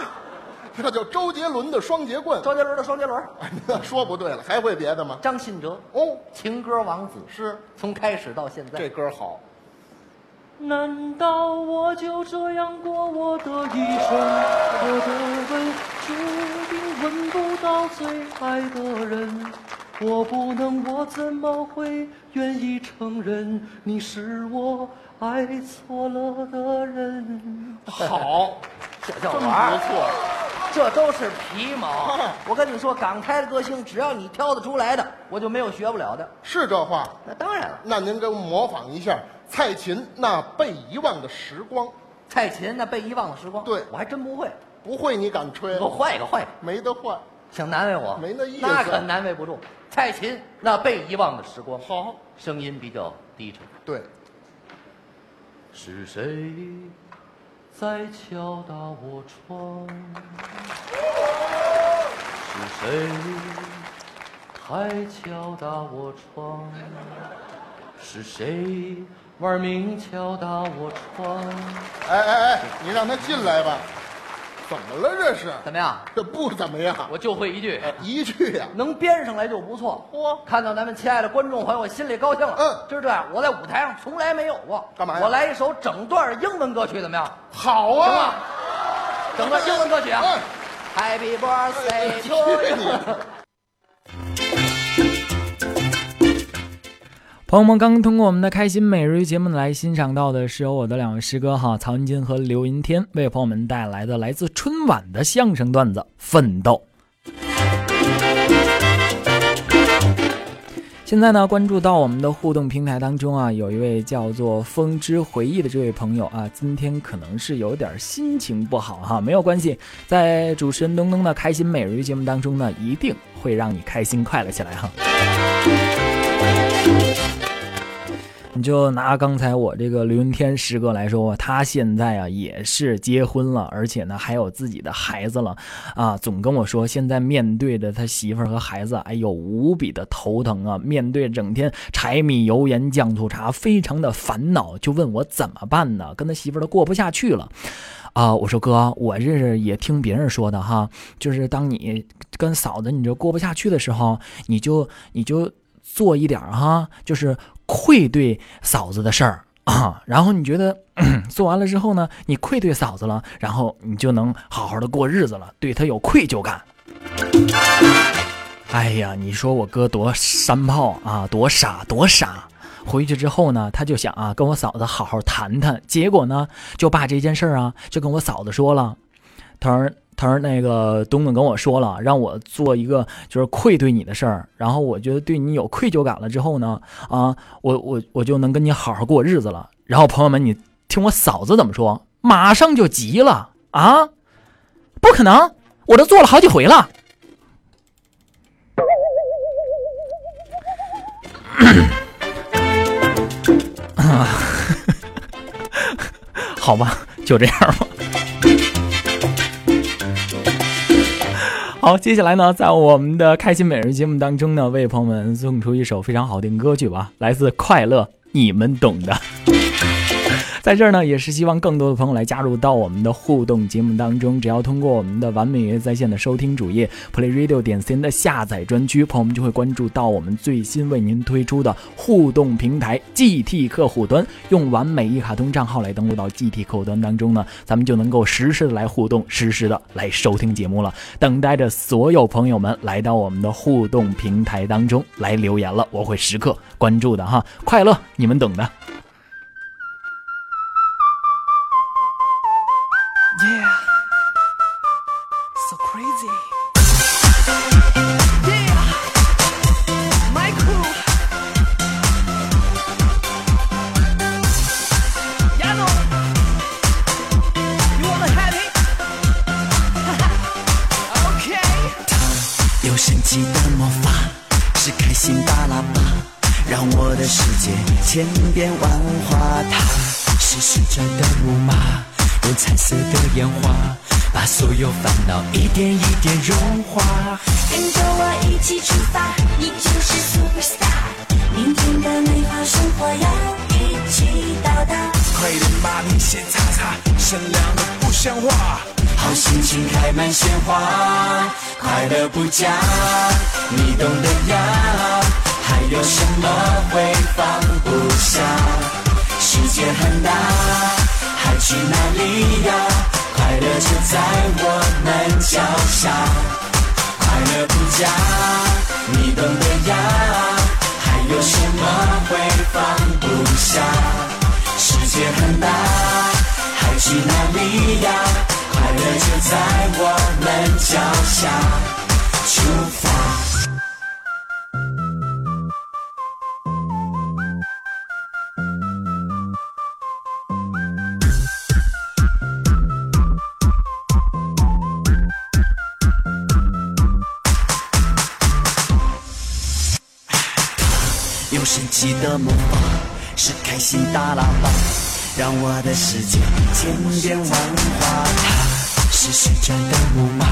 这叫周杰伦的双节棍。
周杰伦的双节轮，
那说不对了，还会别的吗？
张信哲
哦，
情歌王子
是
从开始到现在，
这歌好。
难道我就这样过我的一生？我的吻注定吻不到最爱的人。我不能，我怎么会愿意承认你是我爱错了的人？
好，这叫
真
玩
不
儿
错，
这都是皮毛。我跟你说，港台的歌星，只要你挑得出来的，我就没有学不了的。
是这话。
那当然了，
那您给我们模仿一下蔡琴那被遗忘的时光。
蔡琴那被遗忘的时光，
对
我还真不会。
不会你敢吹？
给我换一个，换一个，
没得换。
想难为我？
没那意思
那可难为不住。蔡琴那被遗忘的时光，
好，
声音比较低沉。
对，
是谁？
在敲打我窗，
是谁？
还敲打我窗，是谁玩命敲打我窗？
哎哎哎，你让他进来吧。怎么了这是？
怎么样？
这不怎么样，
我就会一句，
一句呀、
能编上来就不错。
嚯
看到咱们亲爱的观众朋友，我心里高兴了。
嗯，
就是这样，我在舞台上从来没有过。
干嘛呀
我来一首整段英文歌曲，怎么样？
好
行吗
啊！？
整段英文歌曲啊
哎
，Happy Birthday
去
to
你
you。
的！
朋友们，刚刚通过我们的开心每日一节目来欣赏到的是由我的两位师哥哈曹云金和刘云天为朋友们带来的来自春晚的相声段子《奋斗》。现在呢，关注到我们的互动平台当中啊，有一位叫做“风之回忆”的这位朋友啊，今天可能是有点心情不好哈，没有关系，在主持人东东的开心每日一节目当中呢，一定会让你开心快乐起来哈。你就拿刚才我这个刘云天师哥来说吧，他现在啊也是结婚了，而且呢还有自己的孩子了，啊，总跟我说现在面对着他媳妇儿和孩子，哎呦无比的头疼啊！面对整天柴米油盐酱醋茶，非常的烦恼，就问我怎么办呢？跟他媳妇儿都过不下去了。啊，我说哥，我这是也听别人说的哈，就是当你跟嫂子你就过不下去的时候，你就你就做一点儿哈，就是愧对嫂子的事儿啊。然后你觉得 咳做完了之后呢，你愧对嫂子了，然后你就能好好的过日子了，对她有愧疚感。哎呀，你说我哥多山炮啊，多傻，多傻。回去之后呢，他就想啊，跟我嫂子好好谈谈。结果呢，就把这件事儿啊，就跟我嫂子说了。他说：“他说那个东东跟我说了，让我做一个就是愧对你的事儿，然后我觉得对你有愧疚感了之后呢，啊，我我我就能跟你好好过日子了。”然后朋友们，你听我嫂子怎么说，马上就急了啊！不可能，我都做了好几回了。好吧， 就这样吧。好，接下来呢，在我们的开心每日节目当中呢，为朋友们送出一首非常好听歌曲吧，来自快乐，你们懂的。在这儿呢，也是希望更多的朋友来加入到我们的互动节目当中。只要通过我们的完美音乐在线的收听主页 playradio 点 cn 的下载专区，朋友们就会关注到我们最新为您推出的互动平台 GT 客户端，用完美一卡通账号来登录到 GT 客户端当中呢，咱们就能够实时的来互动，实时的来收听节目了。等待着所有朋友们来到我们的互动平台当中来留言了，我会时刻关注的哈。快乐，你们懂的。
Yeah, so crazy. Yeah, my crew. Y'all know, you wanna have it? okay.
有神奇的魔法，是开心大喇叭，让我的世界千变万化。它是旋转的木马，用彩色的烟花，把所有烦恼一点一点融化。
跟着我一起出发，你就是 superstar。明天的美好生活要一起到达。
快点把你先擦擦，善良的不像话，好心情开满鲜花，快乐不假，你懂得呀，还有什么会放不下？世界很大，还去哪里呀？快乐就在我们脚下，快乐不假，你懂得呀，还有什么会放不下？世界很大，还去哪里呀？快乐就在我们脚下，出发。用神奇的魔法，是开心大喇叭，让我的世界千变万化。它是旋转的木马，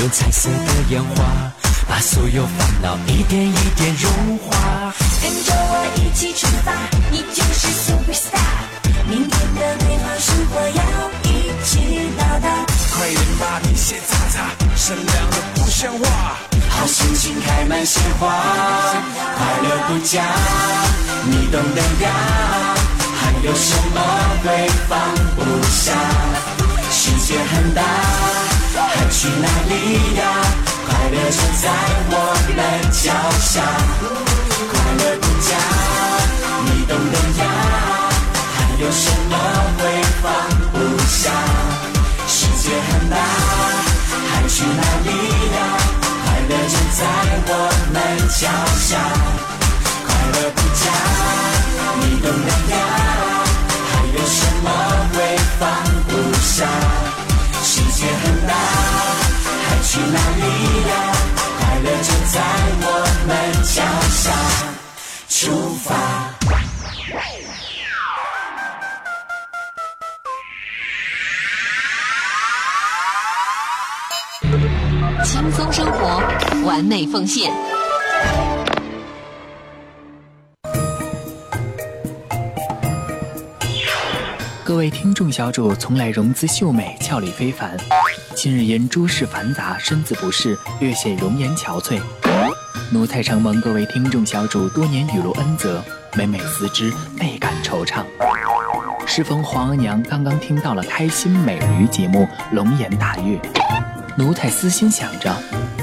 用彩色的烟花，把所有烦恼一点一点融化。
跟着我一起出发，你就是 superstar。明天的美好生活要一起到达。
快点把你先擦擦，善良的不像话，好心情开满鲜花，快乐不假，你懂得呀，还有什么会放不下？世界很大，还去哪里呀？快乐就在我们脚下，快乐不假，你懂得呀，还有什么会放不下？世界很大，还去哪里呀？快乐就在我们脚下，快乐不假，你懂得呀。还有什么会放不下？世界很大，还去哪里呀？快乐就在我们脚下，出发。
轻松生活，完美奉献。
各位听众小主从来容姿秀美，俏丽非凡。近日因诸事繁杂，身子不适，略显容颜憔悴。奴才承蒙各位听众小主多年雨露恩泽，每每思之，倍感惆怅。适逢皇额娘刚刚听到了《开心美驴》节目，龙颜大悦。奴才私心想着，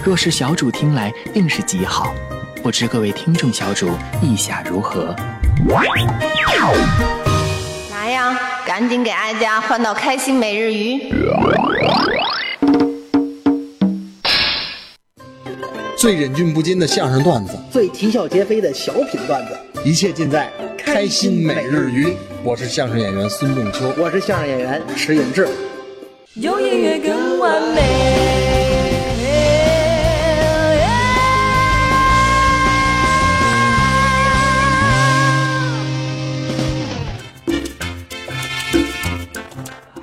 若是小主听来，定是极好。不知各位听众小主意下如何？
来呀，赶紧给哀家换到开心每日鱼。
最忍俊不禁的相声段子，
最啼笑皆非的小品段子，
一切尽在开心每日鱼。我是相声演员孙仲秋，
我是相声演员迟颖志。
有音乐更完美。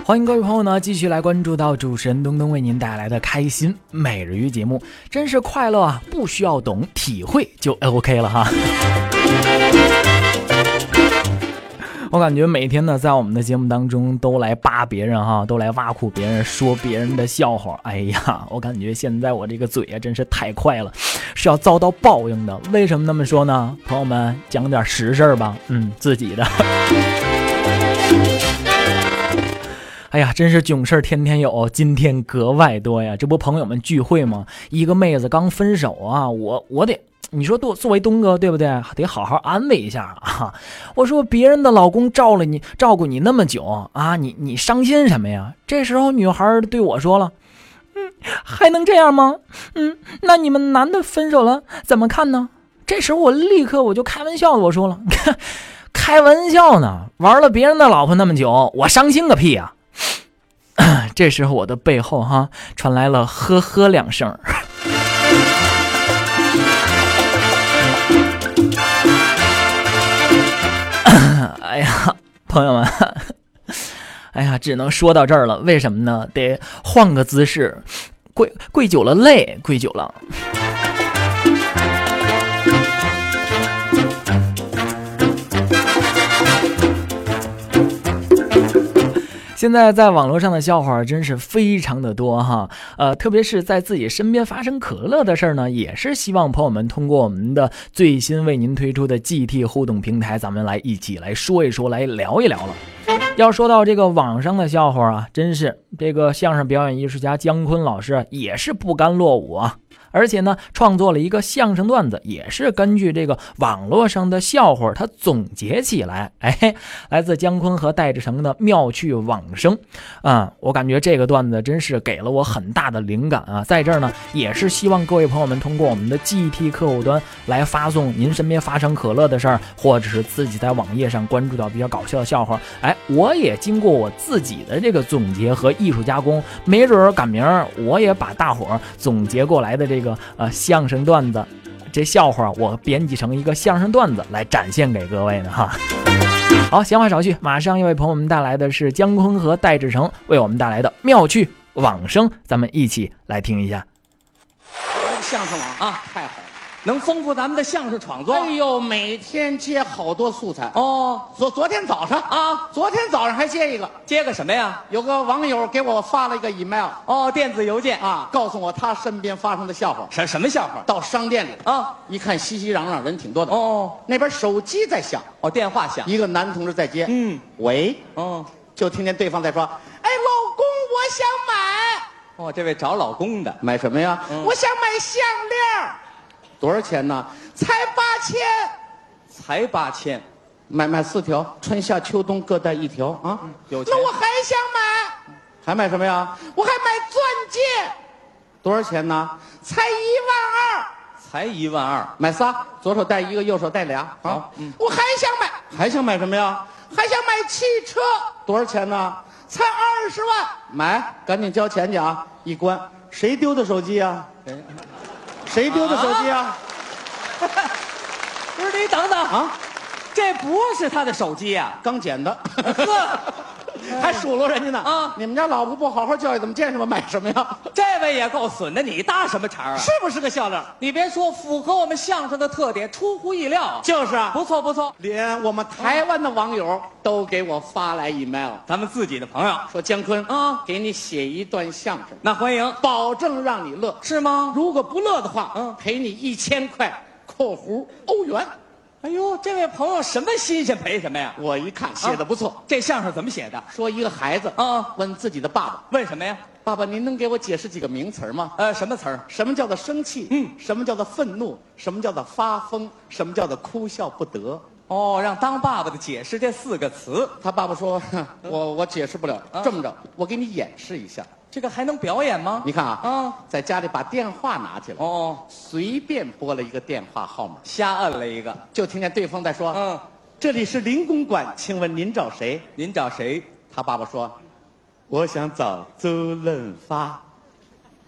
欢迎各位朋友呢，继续来关注到主持人东东为您带来的开心每日鱼节目，真是快乐啊！不需要懂，体会就 OK 了哈。我感觉每天呢，在我们的节目当中都来扒别人哈，都来挖苦别人，说别人的笑话。哎呀，我感觉现在我这个嘴啊，真是太快了，是要遭到报应的。为什么那么说呢？朋友们，讲点实事儿吧，嗯，自己的。哎呀，真是囧事儿天天有，今天格外多呀！这不朋友们聚会吗？一个妹子刚分手啊，我我得，你说作作为东哥对不对？得好好安慰一下啊！我说别人的老公照了你，照顾你那么久啊，你你伤心什么呀？这时候女孩儿对我说了。嗯，还能这样吗？嗯，那你们男的分手了怎么看呢？这时候我立刻我就开玩笑的我说了， 开玩笑呢，玩了别人的老婆那么久，我伤心个屁啊呀、这时候我的背后哈传来了呵呵两声儿。 哎呀，朋友们，哎呀，只能说到这儿了。为什么呢？得换个姿势，跪跪久了累，跪久了。现在在网络上的笑话真是非常的多哈，呃，特别是在自己身边发生可乐的事儿呢，也是希望朋友们通过我们的最新为您推出的 GT 互动平台，咱们来一起来说一说，来聊一聊了。要说到这个网上的笑话啊，真是这个相声表演艺术家姜昆老师啊也是不甘落伍啊，而且呢，创作了一个相声段子，也是根据这个网络上的笑话他总结起来。哎，来自姜昆和戴志诚的《妙趣网生》啊，我感觉这个段子真是给了我很大的灵感啊。在这儿呢，也是希望各位朋友们通过我们的 GT 客户端来发送您身边发生可乐的事儿，或者是自己在网页上关注到比较搞笑的笑话。哎，我也经过我自己的这个总结和艺术加工，没准儿赶明儿我也把大伙儿总结过来的这个呃相声段子，这笑话我编辑成一个相声段子来展现给各位呢哈。好，闲话少叙，马上要为朋友们带来的是姜昆和戴志诚为我们带来的妙趣往生，咱们一起来听一下。
相声网啊，太好了，能丰富咱们的相声创作。哎呦，每天接好多素材哦。昨昨天早上啊，昨天早上还接一个，接个什么呀？有个网友给我发了一个 email 哦，电子邮件啊，告诉我他身边发生的笑话。什什么笑话？到商店里啊，一看熙熙攘攘人挺多的哦，那边手机在响哦，电话响，一个男同志在接，嗯，喂，哦，就听见对方在说，
哎，老公，我想买，
哦，这位找老公的，嗯买什么呀？
我想买项链儿，
多少钱呢？
才八千。
才八千，买买四条，春夏秋冬各带一条啊。有
那我还想买，
还买什么呀？
我还买钻戒，
多少钱呢？
才一万二。
才一万二，买仨，左手戴一个，右手戴俩啊。嗯，
我还想买，
还想买什么呀？
还想买汽车，
多少钱呢？
才二十万。
买，赶紧交钱去啊！一关，谁丢的手机啊？谁丢的手机啊？
不是你等等啊，这不是他的手机啊，
刚捡的， 还数落人家呢啊！你们家老婆不好好教育，怎么见什么买什么呀？
这位也够损的，你搭什么茬啊？
是不是个笑料？
你别说，符合我们相声的特点，出乎意料啊。
就是啊，
不错不错，
连我们台湾的网友都给我发来 email，
咱们自己的朋友嗯
说姜昆啊，给你写一段相声，
那欢迎，
保证让你乐，
是吗？
如果不乐的话，嗯，赔你一千块（括弧欧元）。
哎呦，这位朋友什么新鲜赔什么呀？啊
我一看写的不错，
这相声怎么写的？
说一个孩子啊，问自己的爸爸，
问什么呀？
爸爸，您能给我解释几个名词吗？
呃，什么词儿？
什么叫做生气？嗯，什么叫做愤怒？什么叫做发疯？什么叫做哭笑不得？
哦，让当爸爸的解释这四个词。嗯
他爸爸说：“哼我我解释不了，这么着，我给你演示一下。”
这个还能表演吗？
你看啊，
啊，
在家里把电话拿起来，
哦，
随便拨了一个电话号码，
瞎摁了一个，
就听见对方在说：“
嗯，
这里是林公馆，请问您找谁？”
您找谁？
他爸爸说：“我想找周润发。”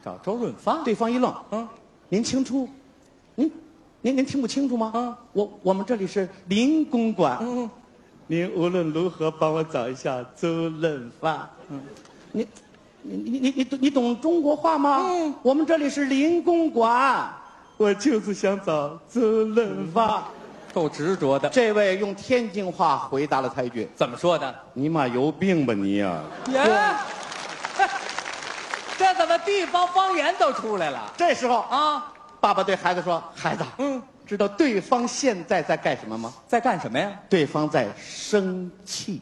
找周润发？
对方一愣，嗯，您清楚？您，您您听不清楚吗？
嗯，
我我们这里是林公馆，
嗯，
您无论如何帮我找一下周润发，嗯，您。你你你你你懂中国话吗？
嗯，
我们这里是林公馆，我就是想找周润发。
够执着的，
这位用天津话回答了他一句：“
怎么说的？
你妈有病吧你啊呀、
呀， 这怎么地方方言都出来了？
这时候
啊，
爸爸对孩子说：“孩子，
嗯，
知道对方现在在干什么吗？
在干什么呀？
对方在生气。”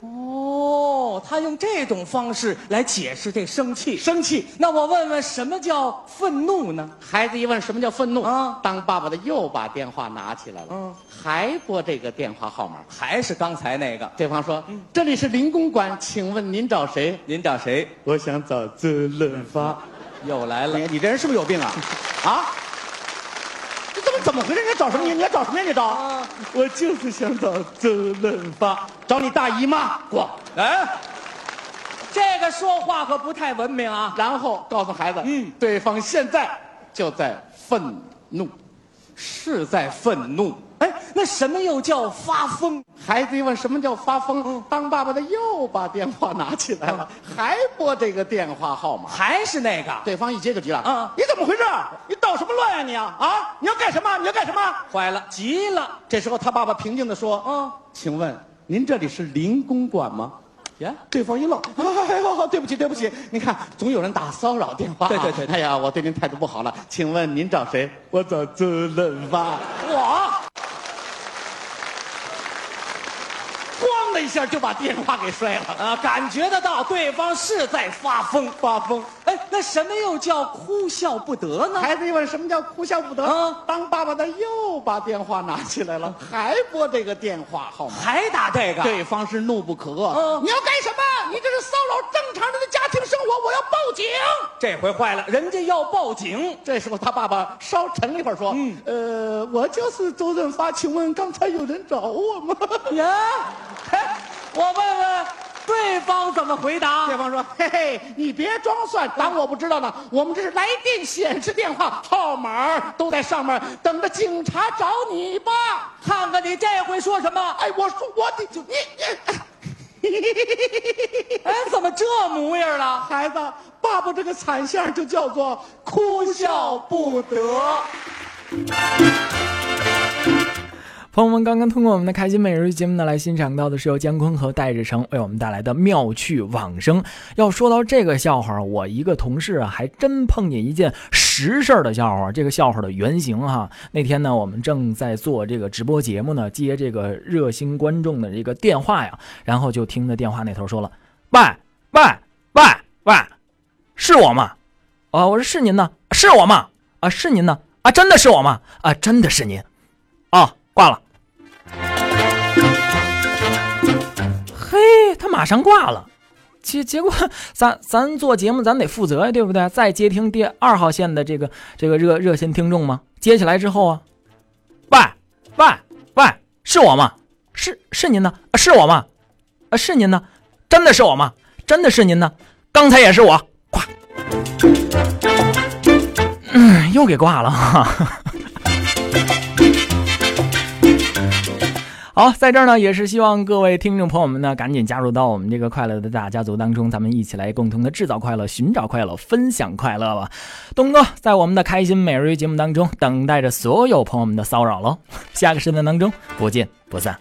哦，他用这种方式来解释这生气。
生气。
那我问问，什么叫愤怒呢？
孩子一问什么叫愤怒
啊
当爸爸的又把电话拿起来了，
嗯，
还拨这个电话号码。
还是刚才那个？嗯
对方说：“这里是林公馆，请问您找谁？
您找谁？
我想找周润发。
又来了
你。你这人是不是有 病啊？啊？这怎么怎么回事？你找什么你？你要找什么呀？你找？
啊
我就是想找周润发，找你大姨妈过。
哎，这个说话可不太文明啊！
然后告诉孩子，嗯，对方现在就在愤怒，是在愤怒。
哎，那什么又叫发疯？
孩子一问什么叫发疯，当爸爸的又把电话拿起来了，
嗯
还拨这个电话号码。
还是那个？
对方一接就急了，
嗯
你怎么回事？你捣什么乱呀、你啊啊！你要干什么？你要干什么？
坏了，急了！
这时候他爸爸平静地说，
嗯，
请问您这里是林公馆吗？
呀，
对方一愣，哎呦，对不起，对不起，您看，总有人打骚扰电话啊、
对对对对
哎呀，我对您态度不好了，请问您找谁？我找周润发。
我，咣的一下就把电话给摔了啊！感觉得到对方是在发疯，发疯。哎，那什么又叫哭笑不得呢？
孩子一问什么叫哭笑不得，
啊
当爸爸的又把电话拿起来 了，还拨这个电话号码，
还打这个
对方是怒不可遏。
嗯
你要干什么？你这是骚扰正常人的家庭生活，我要报警。
这回坏了，人家要报警。
这时候他爸爸稍沉了一会儿说：“嗯，呃，我就是周润发，请问刚才有人找我吗？”
呀，嘿我问问对方怎么回答？
对方说：“嘿嘿，你别装蒜，当我不知道呢。我们这是来电显示电话号码都在上面，等着警察找你吧。
看看你这回说什么？
哎，我说我的就你 你，
哎，怎么这模样了？
孩子，爸爸这个惨相就叫做哭笑不得。
朋友们刚刚通过我们的开心每日一节目呢，来欣赏到的是由姜昆和戴志诚为我们带来的妙趣往生。要说到这个笑话，我一个同事啊，还真碰见一件实事儿的笑话。这个笑话的原型哈，那天呢，我们正在做这个直播节目呢，接这个热心观众的这个电话呀，然后就听着电话那头说了：“喂喂喂喂，是我吗？啊，我说是您呢，是我吗？啊，是您呢？啊，真的是我吗？啊，真的是您。”啊，挂了。嘿，他马上挂了。结结果，咱咱做节目，咱得负责呀，对不对？再接听第二号线的这个这个热热线听众吗？接起来之后啊，喂喂喂，是我吗？是是您呢？啊是我吗？啊，是您呢？真的是我吗？真的是您呢？刚才也是我，挂。嗯，又给挂了哈哈。好，在这儿呢，也是希望各位听众朋友们呢，赶紧加入到我们这个快乐的大家族当中，咱们一起来共同的制造快乐、寻找快乐、分享快乐吧。东哥在我们的开心每日一节目当中，等待着所有朋友们的骚扰喽。下个时段当中，不见不散。